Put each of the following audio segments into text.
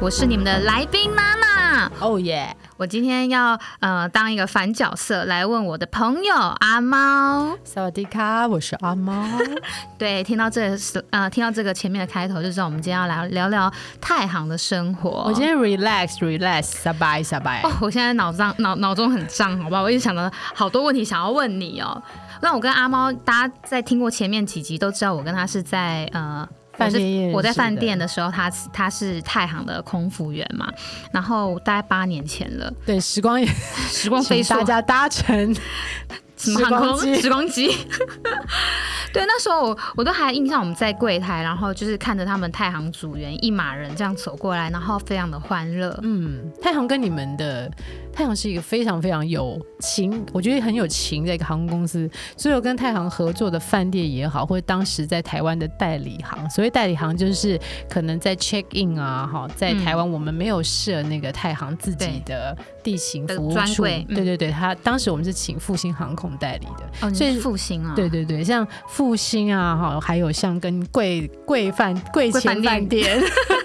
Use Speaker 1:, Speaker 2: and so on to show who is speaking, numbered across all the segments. Speaker 1: 我是你们的来宾妈妈。
Speaker 2: 哦耶！
Speaker 1: 我今天要呃当一个反角色来问我的朋友阿猫。
Speaker 2: 萨瓦迪卡，我是阿 猫。
Speaker 1: 对，听到这个是呃听到这个前面的开头，就知道我们今天要来聊聊太行的生活。
Speaker 2: 我今天 relax relax，撒拜撒拜
Speaker 1: 哦。，我现在脑脏脑脑中很胀，好不好？我一直想到好多问题想要问你哦。那我跟阿猫，大家在听过前面几集都知道，我跟他是在呃。
Speaker 2: 饭店
Speaker 1: 我
Speaker 2: 业认识
Speaker 1: 是
Speaker 2: 的
Speaker 1: 我在饭店的时候，他是他是太行的空服员嘛，然后大概八年前了，
Speaker 2: 对，时光也
Speaker 1: 时光飞
Speaker 2: 请
Speaker 1: 速
Speaker 2: 大，家搭乘
Speaker 1: 什么航空
Speaker 2: 时光机
Speaker 1: 时光机？ 对，那时候我我都还印象我们在柜台，然后就是看着他们太行组员一马人这样走过来，然后非常的欢乐。
Speaker 2: 嗯，太行跟你们的太行是一个非常非常有情，我觉得很有情的一个航空公司。所有跟太行合作的饭店也好，或者当时在台湾的代理行，所谓代理行就是可能在 check in 啊，哈，在台湾我们没有设那个太行自己的地勤服务
Speaker 1: 的专
Speaker 2: 处，
Speaker 1: 柜嗯
Speaker 2: 对对对，他当时我们是请复兴航空代理的，
Speaker 1: 哦，你
Speaker 2: 所
Speaker 1: 是
Speaker 2: 以
Speaker 1: 复兴啊？
Speaker 2: 对对对，像复兴啊，哈，还有像跟贵贵饭贵
Speaker 1: 贵饭
Speaker 2: 前
Speaker 1: 店
Speaker 2: 饭店，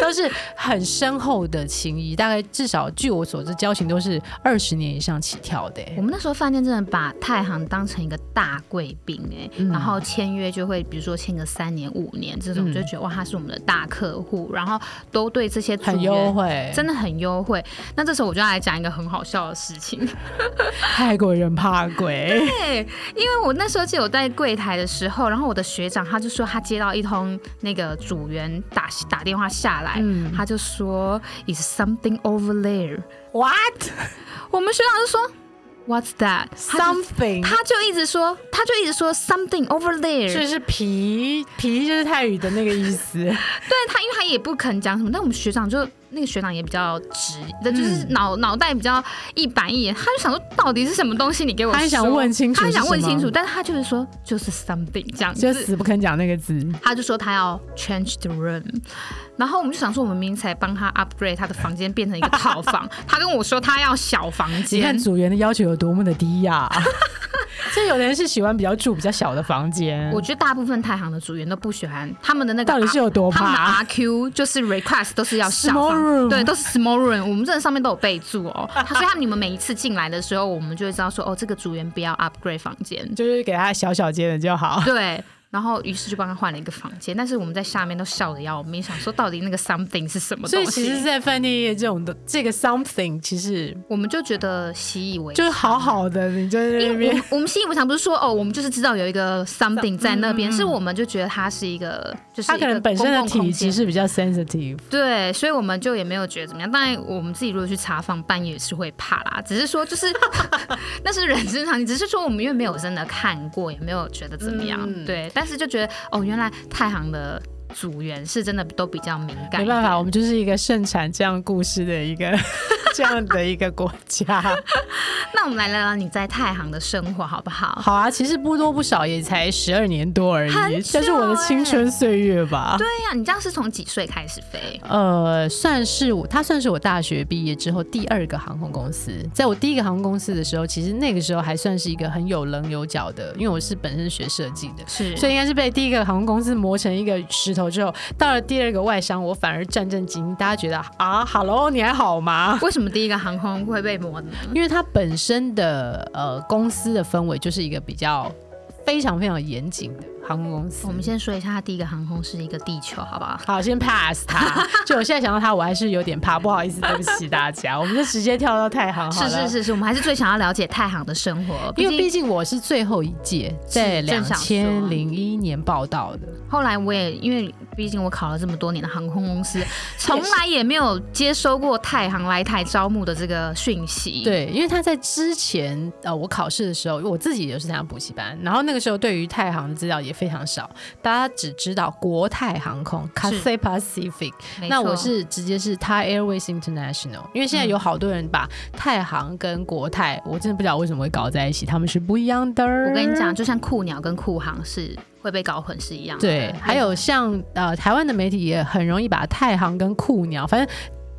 Speaker 2: 都是很深厚的情谊，大概至少据我所知，交情都是二十年以上起跳的、欸
Speaker 1: 我们那时候饭店真的把太行当成一个大贵宾哎、
Speaker 2: 嗯
Speaker 1: 然后签约就会，比如说签个三年五年这种，
Speaker 2: 嗯
Speaker 1: 就觉得哇，他是我们的大客户，然后都对这些组
Speaker 2: 很优
Speaker 1: 员
Speaker 2: 惠，
Speaker 1: 真的很优惠。那这时候我就要来讲一个很好笑的事情，
Speaker 2: 泰国人怕 鬼，
Speaker 1: 对，因为我那时候记得我在柜台的时候，然后我的学长他就说他接到一通那个组员打打电话下来，
Speaker 2: 嗯
Speaker 1: 他就说 is something over there，
Speaker 2: ，what
Speaker 1: 我们学长就说 what's that，他就
Speaker 2: something，
Speaker 1: 他就一直说，他就一直说 something over there，
Speaker 2: 就是皮皮就是泰语的那个意思，
Speaker 1: 对他，因为他也不肯讲什么，但我们学长就那个学长也比较直，就是脑脑袋比较一板一眼，他就想说到底是什么东西，你给我
Speaker 2: 他
Speaker 1: 说
Speaker 2: 很想问清楚
Speaker 1: 他很想问
Speaker 2: 是什么
Speaker 1: 清楚，但是他就是说就是 something 这样
Speaker 2: 就
Speaker 1: 子，
Speaker 2: 死不肯讲那个字，
Speaker 1: 他就说他要 change the room，然后我们就想说，我们明明才帮他 upgrade 他的房间变成一个套房， 他跟我说他要小房
Speaker 2: 你看
Speaker 1: 间，
Speaker 2: 组员的要求有多么的低 呀、所以有的人是喜欢比较住比较小的房间，
Speaker 1: 我觉得大部分太行的组员都不喜欢他们的那个
Speaker 2: 到底是有多
Speaker 1: 他们的
Speaker 2: 怕？
Speaker 1: RQ 就是 request 都是要小房
Speaker 2: Small room
Speaker 1: 对，都是 small room。我们这上面都有备注哦， 所以他们你们每一次进来的时候，我们就会知道说，哦，这个组员不要 upgrade 房间，
Speaker 2: 就是给他小小间的就好。
Speaker 1: 对。然后，于是就帮他换了一个房间，但是我们在下面都笑得要命，想说到底那个 something 是 什么
Speaker 2: 所
Speaker 1: 东
Speaker 2: 以
Speaker 1: 西？
Speaker 2: 其实，在饭店业这种的这个 something，其实
Speaker 1: 我们就觉得习以为
Speaker 2: 就是好好的，你就在那
Speaker 1: 因为我
Speaker 2: 边
Speaker 1: 们我们习以为常，不是说哦，我们就是知道有一个 something 在那
Speaker 2: 嗯
Speaker 1: 边，是我们就觉得它是一个，就是
Speaker 2: 他
Speaker 1: 一
Speaker 2: 可
Speaker 1: 个
Speaker 2: 能本身
Speaker 1: 公
Speaker 2: 的
Speaker 1: 共
Speaker 2: 体
Speaker 1: 空
Speaker 2: 质
Speaker 1: 间
Speaker 2: 是比较 sensitive，
Speaker 1: 对，所以我们就也没有觉得怎么样。当然，我们自己如果去查房，半夜也是会怕啦。只是说，就是 那是人之常情。只是说，我们因为没有真的看过，也没有觉得怎么样。
Speaker 2: 嗯
Speaker 1: 对，但是就觉得哦，原来太行的组员是真的都比较敏感。
Speaker 2: 没办法，我，们就是一个盛产这样故事的一个 这样的一个国 家。
Speaker 1: 那我们来聊聊你在太行的生活好不好？
Speaker 2: 好啊，其实不多不少，也才十二年多而
Speaker 1: 很
Speaker 2: 已，
Speaker 1: 久
Speaker 2: 这是我的
Speaker 1: 欸
Speaker 2: 青春岁月吧。
Speaker 1: 对呀、你这样是从几岁开始飞？
Speaker 2: 呃，算是我，它算是我大学毕业之后第二个航空公司。在我第一个航空公司的时候，其实那个时候还算是一个很有棱有角的，因为我是本身是学设计的，
Speaker 1: 是
Speaker 2: 所以应该是被第一个航空公司磨成一个石头之后，到了第二个外商，我反而战战兢兢。大家觉得啊，Hello，你还好吗？
Speaker 1: 为什么第一个航空会被磨呢？
Speaker 2: 因为它本身的呃公司的氛围就是一个比较非常非常严谨的航空公司。
Speaker 1: 我们先说一下，它第一个航空是一个地球，好不好？
Speaker 2: 好，先 pass 它。就我现在想到它，我还是有点怕，不好意思，对不起大家，我们就直接跳到太行好
Speaker 1: 是
Speaker 2: 了。
Speaker 1: 是。是是，我们还是最想要了解太行的生活，
Speaker 2: 因为
Speaker 1: 竟
Speaker 2: 毕竟我是最后一届，在
Speaker 1: 正
Speaker 2: 两
Speaker 1: 想说
Speaker 2: 千零一年报道的，
Speaker 1: 后来我也因为毕竟我考了这么多年的航空公 司，从来也没有接收过太行来台招募的这个讯息。，
Speaker 2: 对，因为他在之前呃，我考试的时候，我自己也是参加补习班，然后那个时候对于太行的资料也非常少，大家只知道国泰航空 （Cathay Pacific），
Speaker 1: 没
Speaker 2: 那
Speaker 1: 错嗯
Speaker 2: 我是直接是 Thai Airways International，因为现在有好多人把太行跟国泰，我真的不知道为什么会搞在一起，他们是不一样的。
Speaker 1: 我跟你讲，，就像酷鸟跟酷航是会被搞混是一样的。
Speaker 2: 对，还有像呃，台湾的媒体也很容易把太行跟酷鸟，反正。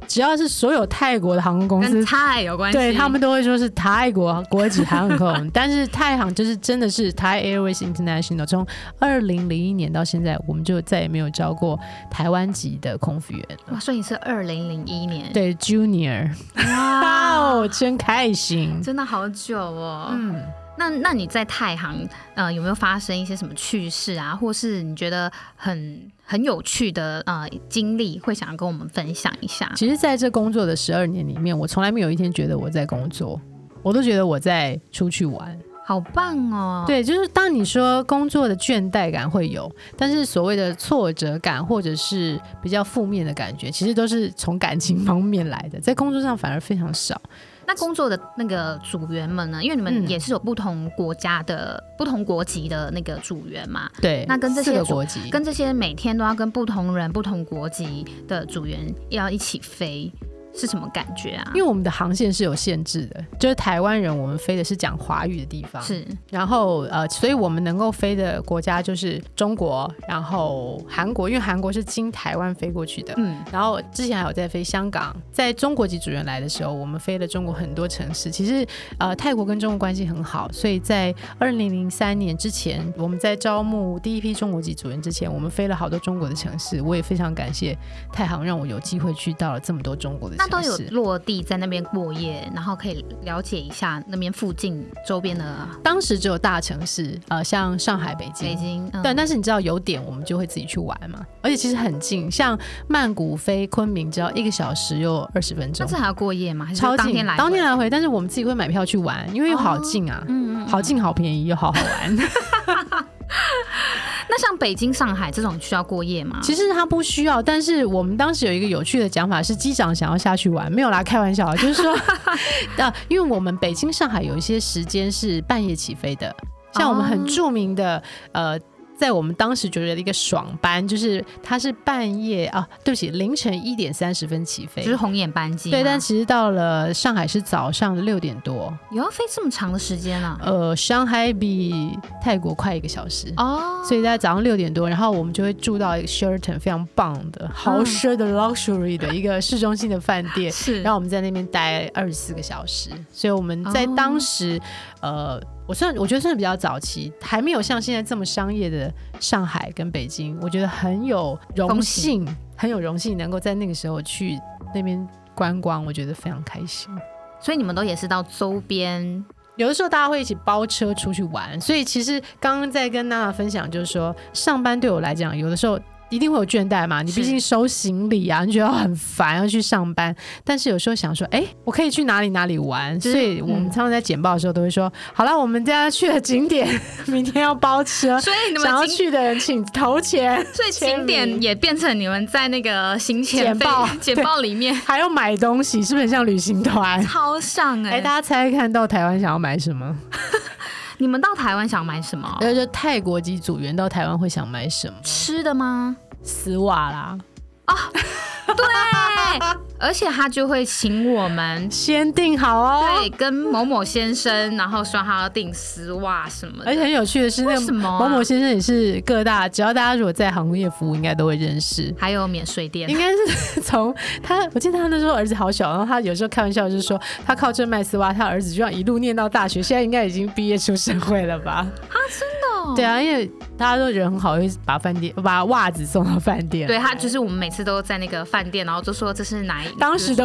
Speaker 2: 只要是所有泰国的航空公司
Speaker 1: 跟，菜有关系，
Speaker 2: 对他们都会说是泰国国际航空，但是泰航就是真的是 Thai Airways International，从二零零一年到现在，我们就再也没有招过台湾籍的空服员了。
Speaker 1: 哇，所以你是二零零一年，
Speaker 2: 对，Junior，哇 哦，真开心。
Speaker 1: 啊真的好久哦。
Speaker 2: 嗯，
Speaker 1: 那那你在太行呃有没有发生一些什么趣事啊，或是你觉得很很有趣的呃经历，会想要跟我们分享一下？
Speaker 2: 其实在这工作的十二年里面，我从来没有一天觉得我在工作，我都觉得我在出去玩。
Speaker 1: 好棒哦！，
Speaker 2: 对，就是当你说工作的倦怠感会有，但是所谓的挫折感或者是比较负面的感觉，其实都是从感情方面来的，在工作上反而非常少。
Speaker 1: 那工作的那个组员们呢？因为你们
Speaker 2: 嗯
Speaker 1: 也是有不同国家的、不同国籍的那个组员嘛，
Speaker 2: 对，
Speaker 1: 那跟这
Speaker 2: 四
Speaker 1: 些
Speaker 2: 个
Speaker 1: 组
Speaker 2: 国籍，
Speaker 1: 跟这些每天都要跟不同人、不同国籍的组员要一起飞，是什么感觉啊？
Speaker 2: 因为我们的航线是有限制的，就是台湾人我们飞的是讲华语的地方，
Speaker 1: 是
Speaker 2: 然后呃，所以我们能够飞的国家就是中国，然后韩国，因为韩国是经台湾飞过去的。
Speaker 1: 嗯，
Speaker 2: 然后之前还有在飞香港，在中国籍主任来的时候，我们飞了中国很多城市。其实呃，泰国跟中国关系很好，所以在二零零三年之前，我们在招募第一批中国籍主任之前，我们飞了好多中国的城市。我也非常感谢太行，让我有机会去到了这么多中国的城
Speaker 1: 那
Speaker 2: 市。
Speaker 1: 都有落地在那边过夜，然后可以了解一下那边附近周边的
Speaker 2: 当时只有大城市，呃，像上海、北京
Speaker 1: 北。京。嗯
Speaker 2: 但但是你知道有点，我们就会自己去玩嘛，而且其实很近，像曼谷飞昆明只要一个小时又二十分
Speaker 1: 那
Speaker 2: 钟
Speaker 1: 这，还要过夜吗？还是
Speaker 2: 超近。
Speaker 1: 当天来回？
Speaker 2: 当天来回，但是我们自己会买票去玩，因为又好近啊，
Speaker 1: 嗯，嗯嗯
Speaker 2: 好近好便宜又好好 玩。
Speaker 1: 那像北京、上海这种需要过夜吗？
Speaker 2: 其实它不需要，但是我们当时有一个有趣的讲法是，机长想要下去玩，没有啦，开玩笑啊，就是 说，啊，因为我们北京、上海有一些时间是半夜起飞的，像我们很
Speaker 1: 哦
Speaker 2: 著名的、呃。在我们当时觉得一个爽班，就是它是半夜啊，对不起，凌晨一点三十分起飞，
Speaker 1: 就是红眼班机吗。
Speaker 2: 对，但其实到了上海是早上六点多，
Speaker 1: 有要飞这么长的时间啊？
Speaker 2: 呃，上海比泰国快一个小时，
Speaker 1: 哦，
Speaker 2: 所以在早上六点多，然后我们就会住到一个 Sheraton 非常棒的豪奢的 luxury 的一个市中心的饭店，
Speaker 1: 是，
Speaker 2: 然
Speaker 1: 后
Speaker 2: 后我们在那边待二十四个小时，所以我们在
Speaker 1: 哦
Speaker 2: 当时，呃，我算我觉得算比较早期，还没有像现在这么商业的上海跟北京，我觉得很有荣
Speaker 1: 风
Speaker 2: 幸
Speaker 1: 行，
Speaker 2: 很有荣幸能够在那个时候去那边观光，我觉得非常开心。
Speaker 1: 所以你们都也是到周边
Speaker 2: 有的时候大家会一起包车出去玩，所以其实刚刚在跟娜娜分享，就是说上班对我来讲，有的时候一定会有倦怠嘛，你
Speaker 1: 是
Speaker 2: 毕竟收行李啊，你觉得很烦要去上班，但是有时候想说，哎，我可以去哪里哪里玩，
Speaker 1: 就是
Speaker 2: 所以我们
Speaker 1: 嗯
Speaker 2: 常常在简报的时候都会说，好了，我们大家去了景点， 明天要包 车，
Speaker 1: 所以你
Speaker 2: 想要
Speaker 1: 们景，
Speaker 2: 去的人请投钱，
Speaker 1: 所以
Speaker 2: 签
Speaker 1: 景点
Speaker 2: 名
Speaker 1: 也变成你们在那个行
Speaker 2: 简
Speaker 1: 前费
Speaker 2: 报
Speaker 1: 简
Speaker 2: 对
Speaker 1: 报里面，
Speaker 2: 还要买东西，是不是很像旅行 团？
Speaker 1: 超像
Speaker 2: 哎，
Speaker 1: 哎、
Speaker 2: 大家猜猜看到台湾想要买什么？
Speaker 1: 你们到台湾想买什么？
Speaker 2: 呃，就泰国籍组员到台湾会想买什么？
Speaker 1: 吃的吗？
Speaker 2: 丝袜啦，
Speaker 1: 对，而且他就会请我们。
Speaker 2: 先定好 哦。
Speaker 1: 对，跟某某先生，然后说他要订丝袜什么的，
Speaker 2: 而且很有趣的是，那
Speaker 1: 为
Speaker 2: 个
Speaker 1: 什么啊
Speaker 2: 某某先生也是各大，只要大家如果在航空业服务，应该都会认识。
Speaker 1: 还有免税店
Speaker 2: 应，该是 从他，我记得他那时候儿子好小，然后他有时候开玩笑就是说，他靠这卖丝袜，他儿子就这样一路念到大学，现在应该已经毕业出社会了吧？
Speaker 1: 哦
Speaker 2: 对啊，因为大家都人很好，会把饭店把袜子送到饭店。
Speaker 1: 对他就是我们每次都在那个饭店，然后就说这是哪一
Speaker 2: 当时的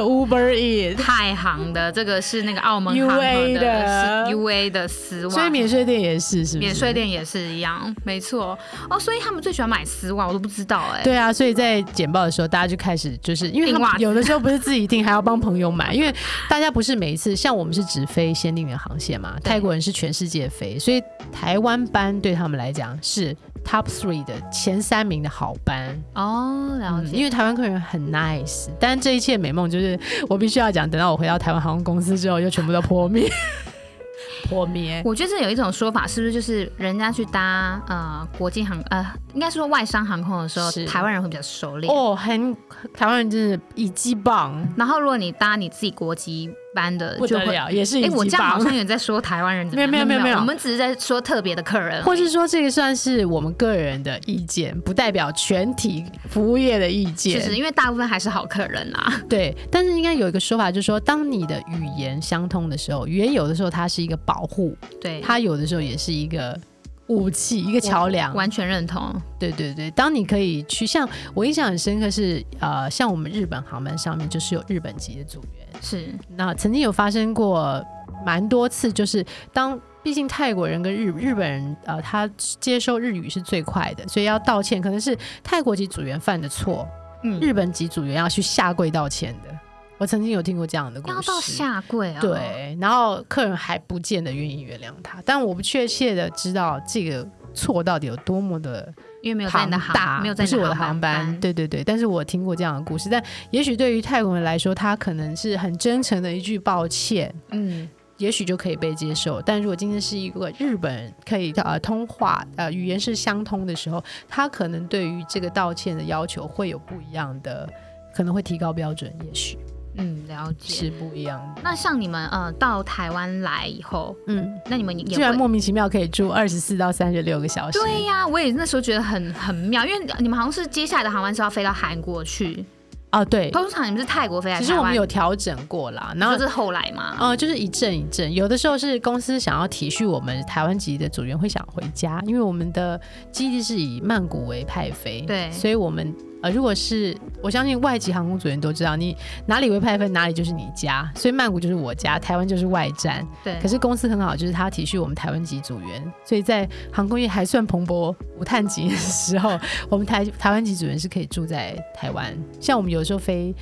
Speaker 2: Uber Eat，
Speaker 1: 太行的，这个是那个澳门航
Speaker 2: UA
Speaker 1: 空
Speaker 2: 的
Speaker 1: 是 U A 的丝袜，
Speaker 2: 所以免税店也是，是不是？
Speaker 1: 免税店也是一样，没错哦。所以他们最喜欢买丝袜，我都不知道哎、
Speaker 2: 对啊，所以在简报的时候，大家就开始就是因为他
Speaker 1: 订
Speaker 2: 们
Speaker 1: 袜子
Speaker 2: 有的时候不是自己订，还要帮朋友买，因为大家不是每一次像我们是只飞限定的航线嘛，
Speaker 1: 对
Speaker 2: 泰国人是全世界飞，所以台湾班对他们来讲是 top three 的前三名的好班，
Speaker 1: 哦，了
Speaker 2: 嗯
Speaker 1: 解。
Speaker 2: 因为台湾客人很 nice。但这一切美梦就是我必须要讲，等到我回到台湾航空公司之后，就全部都破 灭，破 灭。
Speaker 1: 我觉得这有一种说法，是不是就是人家去搭呃国际航呃，应该是说外商航空的时候
Speaker 2: 是，
Speaker 1: 台湾人会比较熟练。
Speaker 2: 哦哦，很台湾人真的一击棒，
Speaker 1: 然后如果你搭你自己国籍班的
Speaker 2: 不
Speaker 1: 就
Speaker 2: 得
Speaker 1: 会。
Speaker 2: 了，也是
Speaker 1: 哎，
Speaker 2: 一
Speaker 1: 我
Speaker 2: 级
Speaker 1: 这样好
Speaker 2: 棒。
Speaker 1: 像也在说台湾人怎么样，
Speaker 2: 没有没有没有没有
Speaker 1: 我们只是在说特别的客人而已，
Speaker 2: 或是说，这个算是我们个人的意见，不代表全体服务业的意见。
Speaker 1: 就是因为大部分还是好客人啊。
Speaker 2: 对，但是应该有一个说法，就是说，当你的语言相通的时候，语言有的时候它是一个保护，
Speaker 1: 对，
Speaker 2: 它有的时候也是一个武器，一个桥梁。
Speaker 1: 完全认同。
Speaker 2: 对对对，当你可以去，像我印象很深刻是，呃，像我们日本航班上面就是有日本籍的组员，
Speaker 1: 是，
Speaker 2: 那曾经有发生过蛮多次，就是当。毕竟泰国人跟日日本人，呃，他接受日语是最快的，所以要道歉，可能是泰国籍组员犯的错，
Speaker 1: 嗯，
Speaker 2: 日本籍组员要去下跪道歉的。我曾经有听过这样的故事，
Speaker 1: 要到下跪啊、，
Speaker 2: 对，然后客人还不见得愿意原谅他，但我不确切的知道这个错到底有多么的
Speaker 1: 因为没有在
Speaker 2: 庞
Speaker 1: 你的航，
Speaker 2: 大，
Speaker 1: 没有在
Speaker 2: 不
Speaker 1: 你
Speaker 2: 是我的
Speaker 1: 航
Speaker 2: 航班，
Speaker 1: 班。
Speaker 2: 对对对。但是我听过这样的故事，但也许对于泰国人来说，他可能是很真诚的一句抱歉，
Speaker 1: 嗯，
Speaker 2: 也许就可以被接受。但如果今天是一个日本人可以呃通话呃语言是相通的时候，他可能对于这个道歉的要求会有不一样的，可能会提高标准，也许
Speaker 1: 嗯，了解。
Speaker 2: 是不一样的。
Speaker 1: 那像你们呃到台湾来以后，
Speaker 2: 嗯，
Speaker 1: 那你们也
Speaker 2: 居然
Speaker 1: 会。
Speaker 2: 莫名其妙可以住二十四到三十六个小时，
Speaker 1: 对呀、我也那时候觉得很很妙，因为你们好像是接下来的航班是要飞到韩国去，
Speaker 2: 啊，对，
Speaker 1: 通常你们是泰国飞来
Speaker 2: 其
Speaker 1: 台湾，
Speaker 2: 实我们有调整过啦，然后
Speaker 1: 就是后来嘛，
Speaker 2: 呃，就是一阵一阵，有的时候是公司想要体恤我们台湾籍的组员会想回家，因为我们的基地是以曼谷为派飞，
Speaker 1: 对
Speaker 2: 所以我们呃，如果是我相信外籍航空组员都知道，你哪里为派飞，哪里就是你家，所以曼谷就是我家，台湾就是外站。
Speaker 1: 对，
Speaker 2: 可是公司很好，就是他体恤我们台湾籍组员，所以在航空业还算蓬勃无碳级的时候，我们台台湾籍组员是可以住在台湾。像我们有时候飞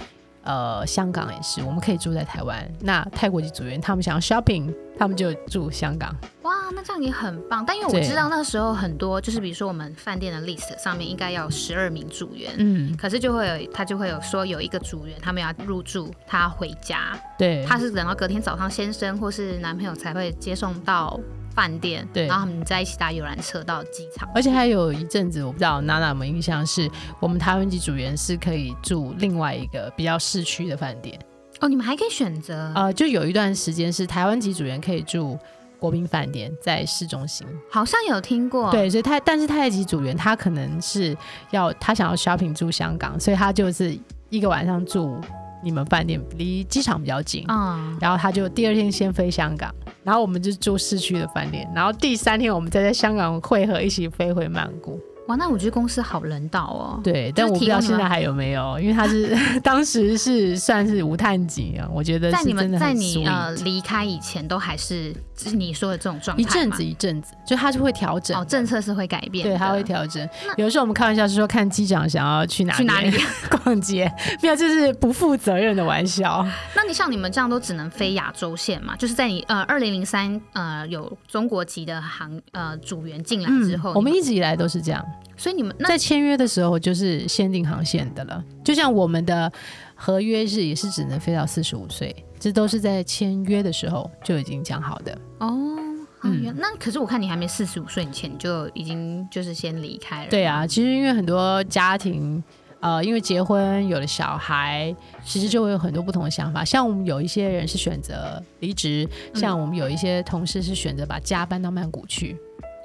Speaker 2: 呃香港也是，我们可以住在台湾。那泰国籍组员他们想要 shopping，他们就住香港。
Speaker 1: 哇，那这样也很棒。但因为我
Speaker 2: 对
Speaker 1: 知道那个时候很多，就是比如说我们饭店的 list 上面应该要十二名组员，
Speaker 2: 嗯，
Speaker 1: 可是就会有他就会有说有一个组员他们要入住，他要回家，
Speaker 2: 对，
Speaker 1: 他是等到隔天早上先生或是男朋友才会接送到饭店，
Speaker 2: 对
Speaker 1: 然后他们再一起搭游览车到机场。
Speaker 2: 而且还有一阵子，我不知道娜娜有没有印象，是我们台湾籍组员是可以住另外一个比较市区的饭店。
Speaker 1: 哦，你们还可以选择，
Speaker 2: 呃，就有一段时间是台湾籍组员可以住国宾饭店，在市中心。
Speaker 1: 好像有听过，，
Speaker 2: 对，所以泰但是泰籍组员他可能是要他想要 shopping 住香港，所以他就是一个晚上住你们饭店，离机场比较近。
Speaker 1: 嗯，
Speaker 2: 然后他就第二天先飞香港，然后我们就住市区的饭店，然后第三天我们再在香港汇合，一起飞回曼谷。
Speaker 1: 哇，那我觉得公司好人道哦。
Speaker 2: 对，但
Speaker 1: 是
Speaker 2: 我不
Speaker 1: 提
Speaker 2: 知道
Speaker 1: 供你
Speaker 2: 现
Speaker 1: 们
Speaker 2: 在还有没有，因为他是 当时是算是无碳级啊，我觉得
Speaker 1: 在
Speaker 2: 是
Speaker 1: 你
Speaker 2: 真
Speaker 1: 们
Speaker 2: 的
Speaker 1: 在
Speaker 2: 很
Speaker 1: 你
Speaker 2: sweet
Speaker 1: 呃离开以前，都还是是你说的这种状态
Speaker 2: 一
Speaker 1: 吗
Speaker 2: 阵子一阵子，就他就会调整
Speaker 1: 哦，政策是会改变的，
Speaker 2: 对，他会调整。有的时候我们开玩笑是说看机长想要去哪
Speaker 1: 去哪
Speaker 2: 边
Speaker 1: 里
Speaker 2: 逛街，没有，就是不负责任的玩笑。
Speaker 1: 那你像你们这样都只能飞亚洲线嘛？就是在你呃二零零三呃有中国籍的航呃组员进来之后，
Speaker 2: 嗯我们
Speaker 1: 你
Speaker 2: 一直以来都是这样，
Speaker 1: 所以你们那
Speaker 2: 在签约的时候就是限定航线的了。就像我们的合约是也是只能飞到四十五岁，这都是在签约的时候就已经讲好的。
Speaker 1: 哦。啊
Speaker 2: 嗯
Speaker 1: 原那可是我看你还没四十五岁以前，你就已经就是先离开了。
Speaker 2: 对，啊，其实因为很多家庭。呃，因为结婚有了小孩，其实就会有很多不同的想法。像我们有一些人是选择离职，
Speaker 1: 嗯
Speaker 2: 像我们有一些同事是选择把家搬到曼谷去。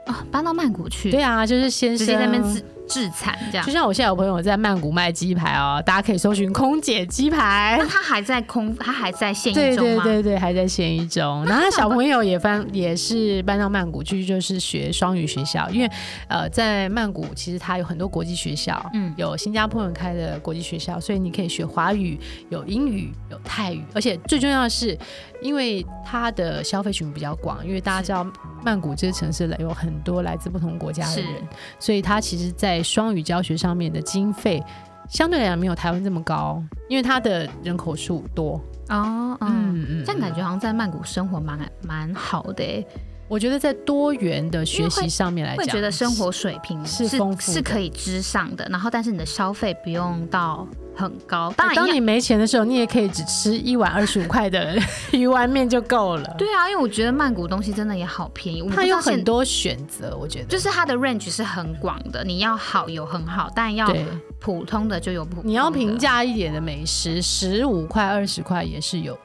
Speaker 1: 哦，搬到曼谷去，
Speaker 2: 对啊，就是先
Speaker 1: 直
Speaker 2: 生
Speaker 1: 接在那边自自产这样
Speaker 2: 就。像我现在有朋友在曼谷卖鸡排哦，大家可以搜寻空姐鸡排
Speaker 1: 那。他还在空，他还在现役
Speaker 2: 对
Speaker 1: 中
Speaker 2: 对
Speaker 1: 吗？
Speaker 2: 对对，还在现役中。然后他小朋友也搬，也是搬到曼谷去，就是学双语学校。因为呃，在曼谷其实它有很多国际学校，
Speaker 1: 嗯
Speaker 2: 有新加坡人开的国际学校，所以你可以学华语、有英语、有泰语，而且最重要的是，因为它的消费群比较广，因为大家知道曼谷这个城市来有很多来自不同国家的
Speaker 1: 是
Speaker 2: 人，所以它其实，在双语教学上面的经费相对来讲没有台湾这么高，因为它的人口数多。
Speaker 1: 哦，嗯，
Speaker 2: 嗯嗯
Speaker 1: 这样感觉好像在曼谷生活蛮蛮好的欸，
Speaker 2: 我觉得在多元的学
Speaker 1: 因为
Speaker 2: 习上面来
Speaker 1: 会
Speaker 2: 讲，
Speaker 1: 觉得生活水平
Speaker 2: 是
Speaker 1: 是
Speaker 2: 丰富的
Speaker 1: 是可以之上的，然后但是你的消费不用到很高，当
Speaker 2: 当
Speaker 1: 然
Speaker 2: 哎当
Speaker 1: 一样
Speaker 2: 你没钱的时候，你也可以只吃一碗二十五块 的鱼丸面就够了。
Speaker 1: 对啊，因为我觉得曼谷东西真的也好便宜，我
Speaker 2: 它有很
Speaker 1: 多，
Speaker 2: 多选择，我觉得。
Speaker 1: 就是它的 range 是很广的，你要好有很好，但要
Speaker 2: 对，
Speaker 1: 普通的就有普通的
Speaker 2: 你要平价一点的美食，十五块、二十块也是有的。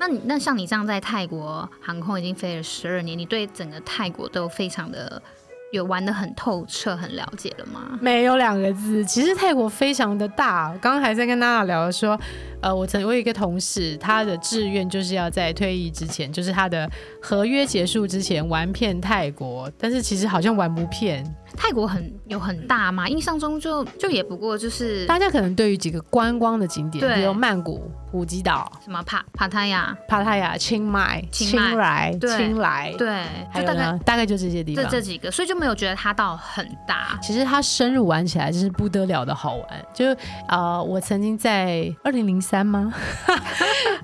Speaker 1: 那你那像你这样在泰国航空已经飞了十二年，你对整个泰国都非常的有玩的很透彻、很了解了吗？
Speaker 2: 没有两个字。其实泰国非常的大，哦刚刚还在跟娜娜聊说，呃，我曾我有一个同事，他的志愿就是要在退役之前，就是他的合约结束之前玩遍泰国，但是其实好像玩不遍。
Speaker 1: 泰国很有很大嘛，印象中就就也不过就是
Speaker 2: 大家可能对于几个观光的景点，
Speaker 1: 对
Speaker 2: 比如曼谷、普吉岛、
Speaker 1: 什么帕帕塔亚，
Speaker 2: 帕塔亚、清迈、
Speaker 1: 清
Speaker 2: 清
Speaker 1: 迈
Speaker 2: 莱、
Speaker 1: 对
Speaker 2: 清莱，
Speaker 1: 对，就
Speaker 2: 还有
Speaker 1: 大概
Speaker 2: 呢，大概就这些地
Speaker 1: 这
Speaker 2: 方。
Speaker 1: 这几个，所以就没有觉得它到很大。
Speaker 2: 其实它深入玩起来就是不得了的好玩，就是呃，我曾经在二零零 三吗？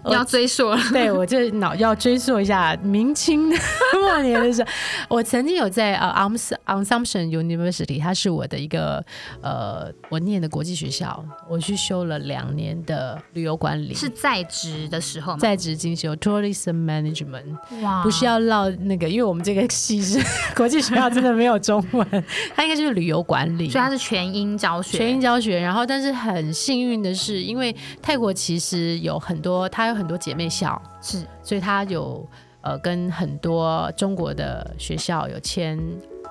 Speaker 2: 我
Speaker 1: 要追溯了，
Speaker 2: 对我这脑要追溯一下明清 末年的时候，我曾经有在呃 o n s u m p t i o n University，它是我的一个呃我念的国际学校，我去修了两年的旅游管理，
Speaker 1: 是在职的时候吗？
Speaker 2: 在职进修 Tourism Management。
Speaker 1: 哇
Speaker 2: 不是要唠那个，因为我们这个系 是国际学校，真的没有中文，它应该就是啊旅游管理。
Speaker 1: 所以它是全英教学，
Speaker 2: 全英教学，然后但是很幸运的是，因为泰国其实有很多，它有很多姐妹校，
Speaker 1: 是
Speaker 2: 所以它有呃跟很多中国的学校有签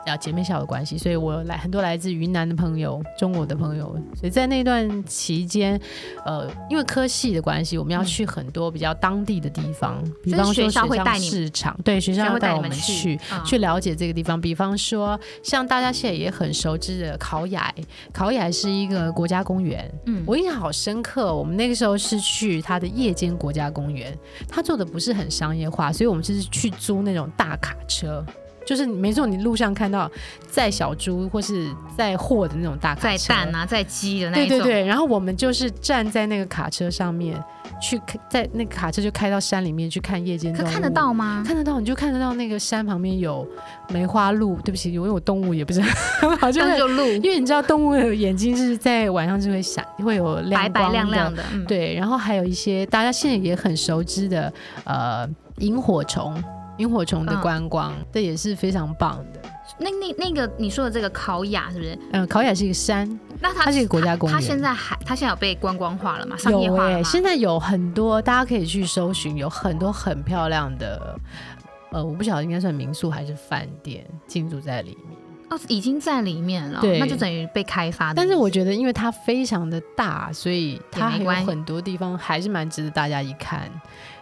Speaker 2: 呃姐妹校的关系，所以我来很多来自云南的朋友、中国的朋友，所以在那段期间，呃，因为科系的关系，我们要去很多比较当地的地方，比
Speaker 1: 就是
Speaker 2: 方说
Speaker 1: 嗯学校会带你
Speaker 2: 市场，对，学校
Speaker 1: 全
Speaker 2: 要
Speaker 1: 会
Speaker 2: 带
Speaker 1: 带
Speaker 2: 我
Speaker 1: 你
Speaker 2: 们
Speaker 1: 们
Speaker 2: 去
Speaker 1: 去。嗯
Speaker 2: 去了解这个地方。比方说，像大家现在也很熟知的考雅，考雅是一个国家公园。
Speaker 1: 嗯
Speaker 2: 我印象好深刻，哦我们那个时候是去它的夜间国家公园，它做的不是很商业化，所以我们就是去租那种大卡车。就是没错，你路上看到载小猪或是载货的那种大卡
Speaker 1: 在
Speaker 2: 车，
Speaker 1: 蛋啊，在鸡的那
Speaker 2: 对
Speaker 1: 一种，
Speaker 2: 对对，然后我们就是站在那个卡车上面去看，在那个卡车就开到山里面去看夜间
Speaker 1: 可
Speaker 2: 动物，
Speaker 1: 看得到吗？
Speaker 2: 看得到，你就看得到那个山旁边有梅花鹿。对不起，因为我动物也不是很好，就
Speaker 1: 但
Speaker 2: 是
Speaker 1: 就鹿，
Speaker 2: 因为你知道动物的眼睛是在晚上是会闪，会有亮
Speaker 1: 白白
Speaker 2: 光
Speaker 1: 亮
Speaker 2: 的
Speaker 1: 亮的，嗯，
Speaker 2: 对，然后还有一些大家现在也很熟知的，呃，萤火虫，萤火虫的
Speaker 1: 嗯
Speaker 2: 观光，这也是非常棒的。
Speaker 1: 那那那个你说的这个考雅是不是？
Speaker 2: 嗯、考雅是一个山，
Speaker 1: 那它
Speaker 2: 它是一个国家公园
Speaker 1: 它现在还它现在有被观光化了吗？商业
Speaker 2: 有欸
Speaker 1: 化了吗？
Speaker 2: 现在有很多大家可以去搜寻，有很多很漂亮的，呃，我不晓得应该算民宿还是饭店进驻在里面。
Speaker 1: 哦，已经在里面了，
Speaker 2: 对
Speaker 1: 那就等于被开发的。
Speaker 2: 但是我觉得，因为它非常的大，所以它还
Speaker 1: 也没
Speaker 2: 有
Speaker 1: 关系
Speaker 2: 很多地方还是蛮值得大家一看。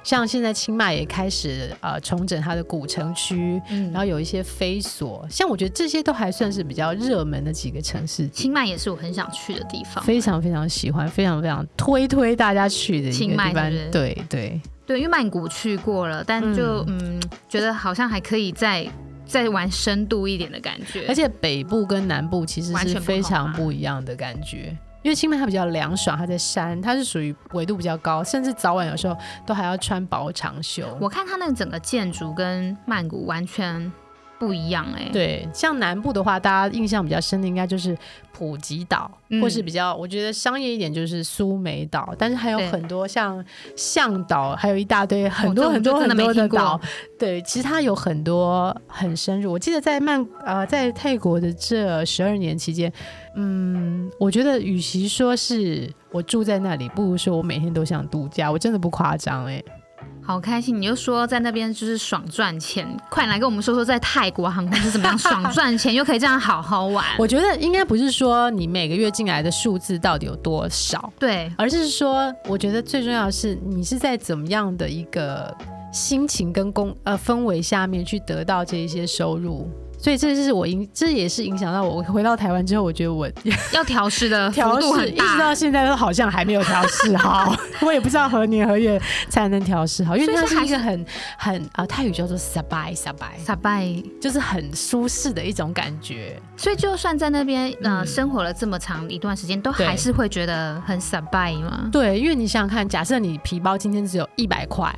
Speaker 2: 像现在清迈也开始呃重整它的古城区，
Speaker 1: 嗯
Speaker 2: 然后有一些飞索，像我觉得这些都还算是比较热门的几个城市，
Speaker 1: 清迈也是我很想去的地方，
Speaker 2: 非常非常喜欢，非常非常推推大家去的一个
Speaker 1: 清迈
Speaker 2: 地
Speaker 1: 是
Speaker 2: 方
Speaker 1: 不是。
Speaker 2: 对对，
Speaker 1: 对，因为曼谷去过了，但就嗯觉得好像还可以再再玩深度一点的感觉。
Speaker 2: 而且北部跟南部其实
Speaker 1: 完全
Speaker 2: 是
Speaker 1: 不同
Speaker 2: 非常
Speaker 1: 嘛
Speaker 2: 不一样的感觉。因为清迈它比较凉爽，它在山，它是属于纬度比较高，甚至早晚有时候都还要穿薄长袖。
Speaker 1: 我看它那个整个建筑跟曼谷完全不一样哎、
Speaker 2: 对，像南部的话，大家印象比较深的应该就是普吉岛，
Speaker 1: 嗯
Speaker 2: 或是比较我觉得商业一点就是苏梅岛，但是还有
Speaker 1: 对哦
Speaker 2: 很多像向岛，还有一大堆很
Speaker 1: 这
Speaker 2: 多
Speaker 1: 我
Speaker 2: 很
Speaker 1: 就
Speaker 2: 多
Speaker 1: 真
Speaker 2: 很
Speaker 1: 的没
Speaker 2: 多的
Speaker 1: 听过
Speaker 2: 岛。对，其实它有很多很深入。我记得在曼呃在泰国的这十二年期间，嗯，我觉得与其说是我住在那里，不如说我每天都想度假。我真的不夸张哎、
Speaker 1: 啊好开心！你就说在那边就是爽赚钱，快来跟我们说说在泰国航空是怎么样爽赚钱，又可以这样好好玩。
Speaker 2: 我觉得应该不是说你每个月进来的数字到底有多少。
Speaker 1: 对，
Speaker 2: 而是说，我觉得最重要的是，你是在怎么样的一个心情跟工呃氛围下面去得到这一些收入。所以这是我影，这也是影响到我回到台湾之后，我觉得我
Speaker 1: 要调试的幅
Speaker 2: 调
Speaker 1: 度
Speaker 2: 试
Speaker 1: 很
Speaker 2: 一直到
Speaker 1: 大，
Speaker 2: 现在都好像还没有调试好，我也不知道何年何月才能调试好，因为
Speaker 1: 所以
Speaker 2: 它
Speaker 1: 是
Speaker 2: 是
Speaker 1: 还
Speaker 2: 一个
Speaker 1: 是
Speaker 2: 很很啊、泰语叫做 sabai sabai，
Speaker 1: 傻拜。
Speaker 2: 就是很 舒适的一种感觉。
Speaker 1: 所以就算在那边呃
Speaker 2: 嗯
Speaker 1: 生活了这么长一段时间，都
Speaker 2: 对
Speaker 1: 还是会觉得很傻拜吗？
Speaker 2: 对，因为你想想看，假设你皮包今天只有一百块，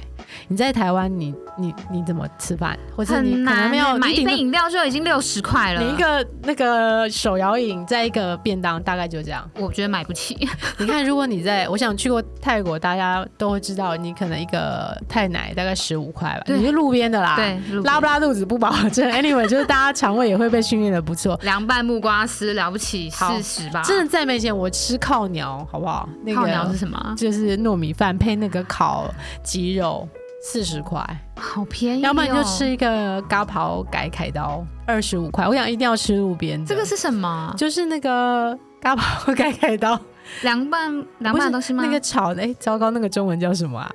Speaker 2: 你在台湾你，你你怎么吃饭？或者你
Speaker 1: 很
Speaker 2: 可
Speaker 1: 难欸
Speaker 2: 能没有，
Speaker 1: 买
Speaker 2: 你
Speaker 1: 一
Speaker 2: 顶
Speaker 1: 杯
Speaker 2: 多
Speaker 1: 饮料就已经六十块了。。
Speaker 2: 你一个那个手摇饮，再一个便当，大概就这样
Speaker 1: 我觉得买不起，
Speaker 2: 你看，如果你在，我想去过泰国，大家都会知道，你可能一个泰奶大概十五块吧，
Speaker 1: 对
Speaker 2: 你是路边的啦，
Speaker 1: 对，路边
Speaker 2: 啊拉不拉肚子不保证。Anyway，就是大家肠胃也会被训练的 不错。
Speaker 1: 凉拌木瓜丝了不起
Speaker 2: 好
Speaker 1: 四十吧？
Speaker 2: 真的再没钱，我吃靠鸟好不好？那个
Speaker 1: 泡鸟是什么？
Speaker 2: 就是糯米饭配那个烤鸡肉，四十块，
Speaker 1: 好便宜、哦，
Speaker 2: 要不然就吃一个嘎刨改凯刀二十五块。我想一定要吃路边的，
Speaker 1: 这个是什么？
Speaker 2: 就是那个嘎刨改凯刀
Speaker 1: 凉拌凉拌的东西吗？
Speaker 2: 那个炒的，哎、糟糕，那个中文叫什么啊？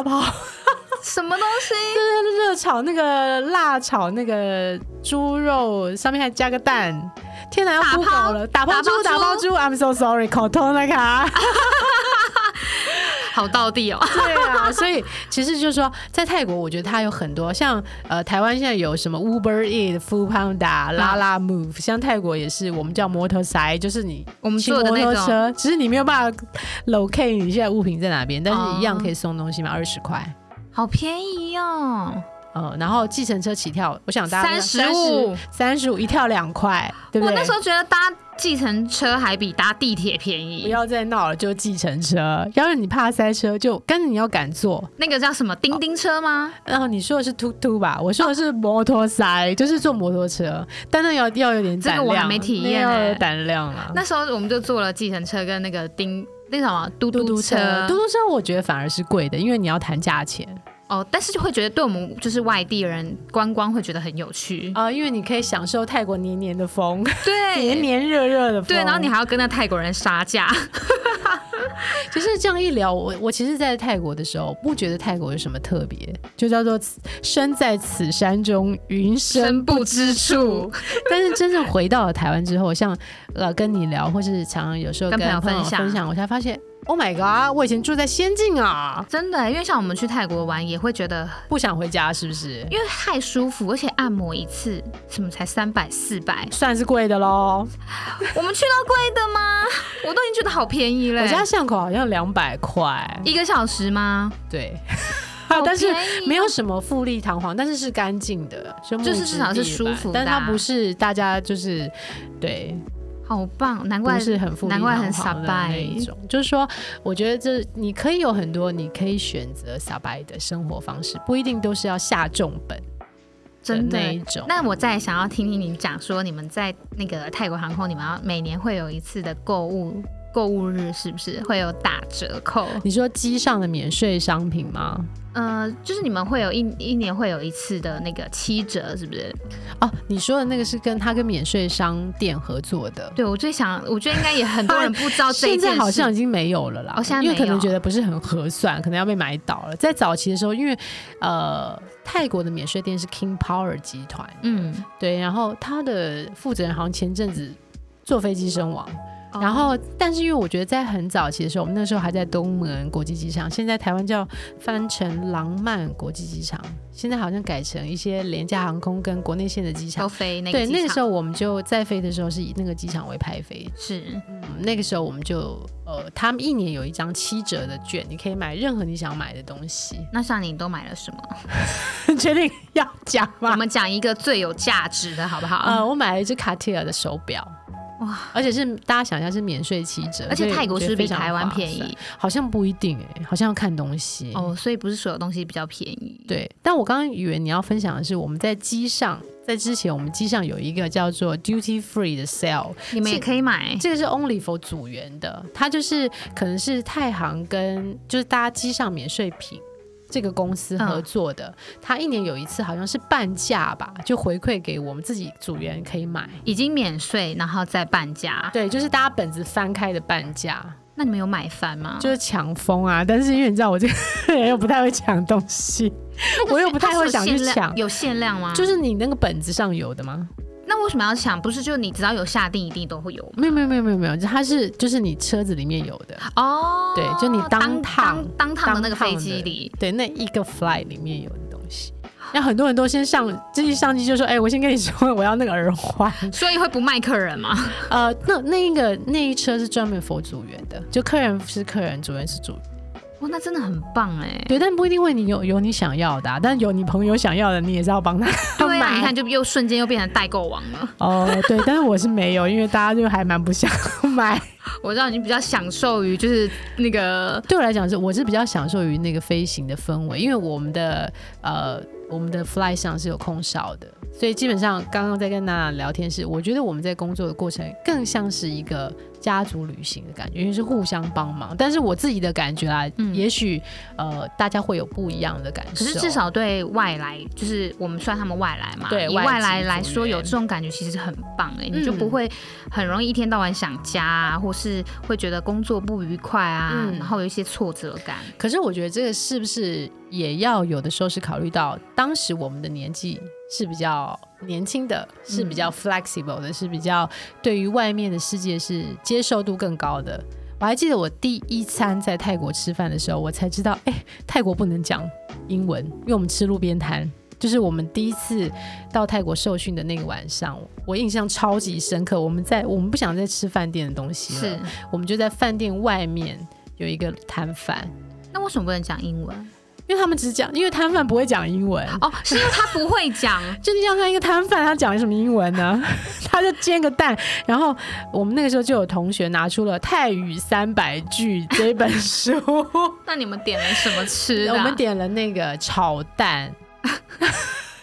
Speaker 2: 刨
Speaker 1: 什么东西？
Speaker 2: 就是热炒那个辣炒那个猪肉，上面还加个蛋。天哪，要
Speaker 1: 打
Speaker 2: 扑
Speaker 1: 抛
Speaker 2: 狗了！打包
Speaker 1: 打
Speaker 2: 猪，
Speaker 1: 抛
Speaker 2: 打包
Speaker 1: 猪
Speaker 2: 猪，I'm so sorry，口头那啊卡。
Speaker 1: 好道地 哦，
Speaker 2: 对啊，所以其实就是说，在泰国，我觉得它有很多像呃，台湾现在有什么 Uber Eat、Food Panda、拉拉 Move，像泰国也是我们叫摩托塞，就是你
Speaker 1: 我们
Speaker 2: 骑
Speaker 1: 做
Speaker 2: 摩
Speaker 1: 的那
Speaker 2: 托
Speaker 1: 种
Speaker 2: 车，只是你没有办法 locate 你现在物品在哪边，但是一样
Speaker 1: 哦
Speaker 2: 可以送东西嘛，二十块。
Speaker 1: 好便宜哦，
Speaker 2: 呃，然后计程车起跳，我想大家
Speaker 1: 35
Speaker 2: 三十五一跳两块，对不
Speaker 1: 我
Speaker 2: 对？
Speaker 1: 那时候觉得搭计程车还比搭地铁便
Speaker 2: 不
Speaker 1: 宜。
Speaker 2: 要再闹了，就计程车。要是你怕塞车，就但是你要敢坐，
Speaker 1: 那个叫什
Speaker 2: 哦
Speaker 1: 么叮叮车吗？
Speaker 2: 然啊后你说的是突突吧，我说的是摩托塞，就是坐摩托车，但那要要有点
Speaker 1: 这个
Speaker 2: 胆量，啊
Speaker 1: 我还没体验
Speaker 2: 那要
Speaker 1: 欸
Speaker 2: 有胆量啊。
Speaker 1: 那时候我们就坐了计程车跟那个叮那什么嘟
Speaker 2: 嘟嘟
Speaker 1: 车
Speaker 2: 车，嘟嘟车我觉得反而是贵的，因为你要谈价钱
Speaker 1: 哦，但是就会觉得对我们就是外地人观光会觉得很有趣，
Speaker 2: 啊、因为你可以享受泰国黏黏的 风，黏
Speaker 1: 对。
Speaker 2: 黏热热的风。
Speaker 1: 对，然后你还要跟那泰国人杀价，
Speaker 2: 其实这样一聊，我我其实，在泰国的时候不觉得泰国有什么特别，就叫做此身在此山中云深
Speaker 1: 深不知处。
Speaker 2: 但是真正回到了台湾之后，像呃跟你聊，或是常常有时候
Speaker 1: 跟
Speaker 2: 跟
Speaker 1: 朋友
Speaker 2: 朋友
Speaker 1: 分享
Speaker 2: 分享，我才发现，Oh my god，我以前住在仙境啊，
Speaker 1: 真的，因为像我们去泰国玩也会觉得，
Speaker 2: 不想回家是不是？
Speaker 1: 因为太舒服，而且按摩一次什么才三百四百，
Speaker 2: 算是贵的喽，
Speaker 1: 我们去到贵的吗？我都已经觉得好便宜了、
Speaker 2: 我家巷口好像两百块，
Speaker 1: 一个小时吗？
Speaker 2: 对
Speaker 1: 好，
Speaker 2: 但是
Speaker 1: 便宜哦
Speaker 2: 没有什么富丽堂皇，但是是干净的，就木
Speaker 1: 就是至少是
Speaker 2: 质地
Speaker 1: 舒
Speaker 2: 板
Speaker 1: 服的
Speaker 2: 但
Speaker 1: 啊
Speaker 2: 它不是大家就是对
Speaker 1: 好棒，难怪
Speaker 2: 不是很富丽
Speaker 1: 难
Speaker 2: 堂
Speaker 1: 怪很
Speaker 2: 皇的那一
Speaker 1: surprise
Speaker 2: 种，就是说，我觉得这你可以有很多你可以选择撒白的生活方式，不一定都是要下重本
Speaker 1: 真的
Speaker 2: 那一种。
Speaker 1: 那我再想要听听你讲说，你们在那个泰国航空，你们要每年会有一次的购物购物日，是不是会有打折扣？
Speaker 2: 你说机上的免税商品吗？
Speaker 1: 呃，就是你们会有一一年会有一次的那个七折，是不是？
Speaker 2: 哦，你说的那个是跟他跟免税商店合作的，
Speaker 1: 对我最想，我觉得应该也很多人不知道哦这一
Speaker 2: 现
Speaker 1: 件事。
Speaker 2: 在好像已经没有了啦，
Speaker 1: 哦现在
Speaker 2: 因为可
Speaker 1: 没
Speaker 2: 能
Speaker 1: 有
Speaker 2: 觉得不是很合算，可能要被买倒了。在早期的时候，因为呃，泰国的免税店是 King Power 集团，
Speaker 1: 嗯，
Speaker 2: 对，然后他的负责人好像前阵子坐飞机身亡。然后，但是因为我觉得在很早期的时候，我们那时候还在东门国际机场，现在台湾叫翻成廊曼国际机场，现在好像改成一些廉价航空跟国内线的机
Speaker 1: 都
Speaker 2: 场。
Speaker 1: 飞那个
Speaker 2: 对，
Speaker 1: 机
Speaker 2: 那个
Speaker 1: 场
Speaker 2: 时候我们就在飞的时候是以那个机场为派飞，
Speaker 1: 是
Speaker 2: 嗯那个时候我们就呃，他们一年有一张七折的券，你可以买任何你想买的东 西。
Speaker 1: 那像你都买了什么？
Speaker 2: 决定要讲
Speaker 1: 我
Speaker 2: 吗？
Speaker 1: 们讲一个最有价值的好不好？
Speaker 2: 呃，我买了一只卡地尔的手表，
Speaker 1: 哇
Speaker 2: 哇，而且是大家想一下是免税七折，
Speaker 1: 而
Speaker 2: 所
Speaker 1: 且
Speaker 2: 以
Speaker 1: 泰国
Speaker 2: 我觉
Speaker 1: 是
Speaker 2: 得
Speaker 1: 不是比
Speaker 2: 非常
Speaker 1: 台湾
Speaker 2: 划
Speaker 1: 便
Speaker 2: 算，
Speaker 1: 宜
Speaker 2: 好像不一定哎、好像要看东西。
Speaker 1: 哦，所以不是所有东西比较便宜。
Speaker 2: 对，但我刚刚以为你要分享的是我们在机上，在之前我们机上有一个叫做 duty free 的 sale，
Speaker 1: 你们也可以买，
Speaker 2: 这个是 Only for 组员的，它就是可能是太行跟就是大家机上免税品这个公司合作的，它一年有一次好像是半价吧，就回馈给我们自己组员可以买。
Speaker 1: 已经免税，然后再半价。
Speaker 2: 对，就是大家本子翻开的半价，
Speaker 1: 那你们有买翻吗？
Speaker 2: 就是抢风啊！但是因为你知道我这个人又不太会抢东西，我又不太会想
Speaker 1: 它
Speaker 2: 去
Speaker 1: 是有限量
Speaker 2: 抢，
Speaker 1: 有限量吗？
Speaker 2: 就是你那个本子上有的吗？
Speaker 1: 那为什么要抢？不是就你只要有下定，一定都会有吗
Speaker 2: 没有没有没有没有没有，它是就是你车子里面有的，
Speaker 1: 哦。
Speaker 2: 对就你
Speaker 1: 当
Speaker 2: 当趟
Speaker 1: 当当趟的那个飞机里，
Speaker 2: 对，那一个 fly 里面有的东西。那很多人都先上，这一上机就说：“哎、我先跟你说，我要那个耳环。
Speaker 1: 所以会不卖客人吗？”
Speaker 2: 呃，那那一个那一车是专门佛组员的，就客人是客人，主人是主人。
Speaker 1: 哇，那真的很棒哎。
Speaker 2: 对，但不一定会你有有你想要的、啊，但有你朋友想要的，你也是要帮他
Speaker 1: 对啊，
Speaker 2: 买。
Speaker 1: 你看就又瞬间又变成代购王了。
Speaker 2: 哦，对，但是我是没有，因为大家就还蛮不想买。
Speaker 1: 我知道你比较享受于就是那个
Speaker 2: 对我来讲是，我是比较享受于那个飞行的氛围，因为我们的呃，我们的 fly 上是有空少的，所以基本上刚刚在跟娜娜聊天是，我觉得我们在工作的过程更像是一个家族旅行的感觉，因为是互相帮忙。但是我自己的感觉啦，
Speaker 1: 嗯
Speaker 2: 也许呃大家会有不一样的感受。
Speaker 1: 可是至少对外来，就是我们算他们外来嘛，
Speaker 2: 对
Speaker 1: 以
Speaker 2: 外籍
Speaker 1: 外来
Speaker 2: 族
Speaker 1: 来说，
Speaker 2: 人
Speaker 1: 有这种感觉其实很棒哎、你就
Speaker 2: 嗯
Speaker 1: 不会很容易一天到晚想家啊，或是会觉得工作不愉快啊，
Speaker 2: 嗯
Speaker 1: 然后有一些挫折感。
Speaker 2: 可是我觉得这个是不是也要有的时候是考虑到当时我们的年纪是比较年轻的，嗯是比较 flexible 的，是比较对于外面的世界是接受度更高的。我还记得我第一餐在泰国吃饭的时候，我才知道，哎、泰国不能讲英文，因为我们吃路边摊。就是我们第一次到泰国受训的那个晚上，我印象超级深刻。我们在我们不想再吃饭店的东西了，
Speaker 1: 是，
Speaker 2: 我们就在饭店外面有一个摊贩，
Speaker 1: 那为什么不能讲英文？
Speaker 2: 因为他们只讲，因为摊贩不会讲英文。
Speaker 1: 哦，是因为他不会讲，
Speaker 2: 就你想想，一个摊贩他讲什么英文呢？ 他就煎个蛋。然后我们那个时候就有同学拿出了《泰语三百句》这本 书，
Speaker 1: 那你们点了什么吃的啊、
Speaker 2: 我们点了那个炒蛋，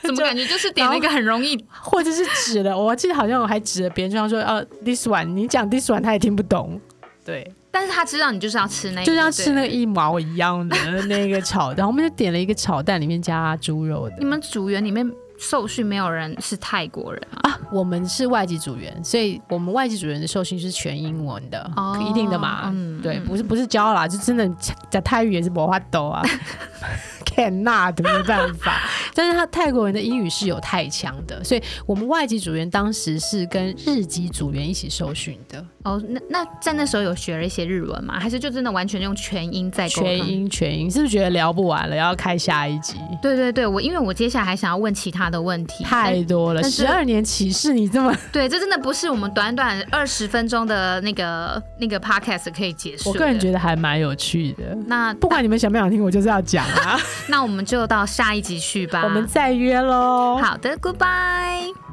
Speaker 1: 怎么
Speaker 2: 就
Speaker 1: 感觉就是点了一个很容易
Speaker 2: 或者是指了，我记得好像我还指了别人，就像说呃，this one，你讲 this one 他也听不懂。对，
Speaker 1: 但是他知道你就是要吃那一个，
Speaker 2: 就是要吃那
Speaker 1: 哎对
Speaker 2: 个一毛一样的那个炒蛋，我们就点了一个炒蛋，里面加猪肉的
Speaker 1: 你。们组员里面受训没有人是泰国人啊？
Speaker 2: 啊，我们是外籍组员，所以我们外籍组员的受训是全英文的，
Speaker 1: 哦
Speaker 2: 一定的嘛，
Speaker 1: 嗯
Speaker 2: 对，
Speaker 1: 嗯
Speaker 2: 不是不是教啦，就真的讲泰语也是没法抖啊 ，cannot 没办法。 但是他泰国人的英语是有太强的，所以我们外籍组员当时是跟日籍组员一起受训的，
Speaker 1: 哦，那那在那时候有学了一些日文吗？还是就真的完全用全音在沟通？
Speaker 2: 全英全英，是不是觉得聊不完了，要开下一集？
Speaker 1: 对对对，我因为我接下来还想要问其他的问题。
Speaker 2: 太多了，
Speaker 1: 但是
Speaker 2: 十二年歧视你 这么，
Speaker 1: 但对，这真的不是我们短短二十分钟的那个那个 podcast 可以结束。
Speaker 2: 我个人觉。得还蛮有趣的。
Speaker 1: 那
Speaker 2: 不管你们想不想听，我就是要讲 啊！
Speaker 1: 那我们就到下一集去吧。
Speaker 2: 我们再约喽。
Speaker 1: 好的，Goodbye。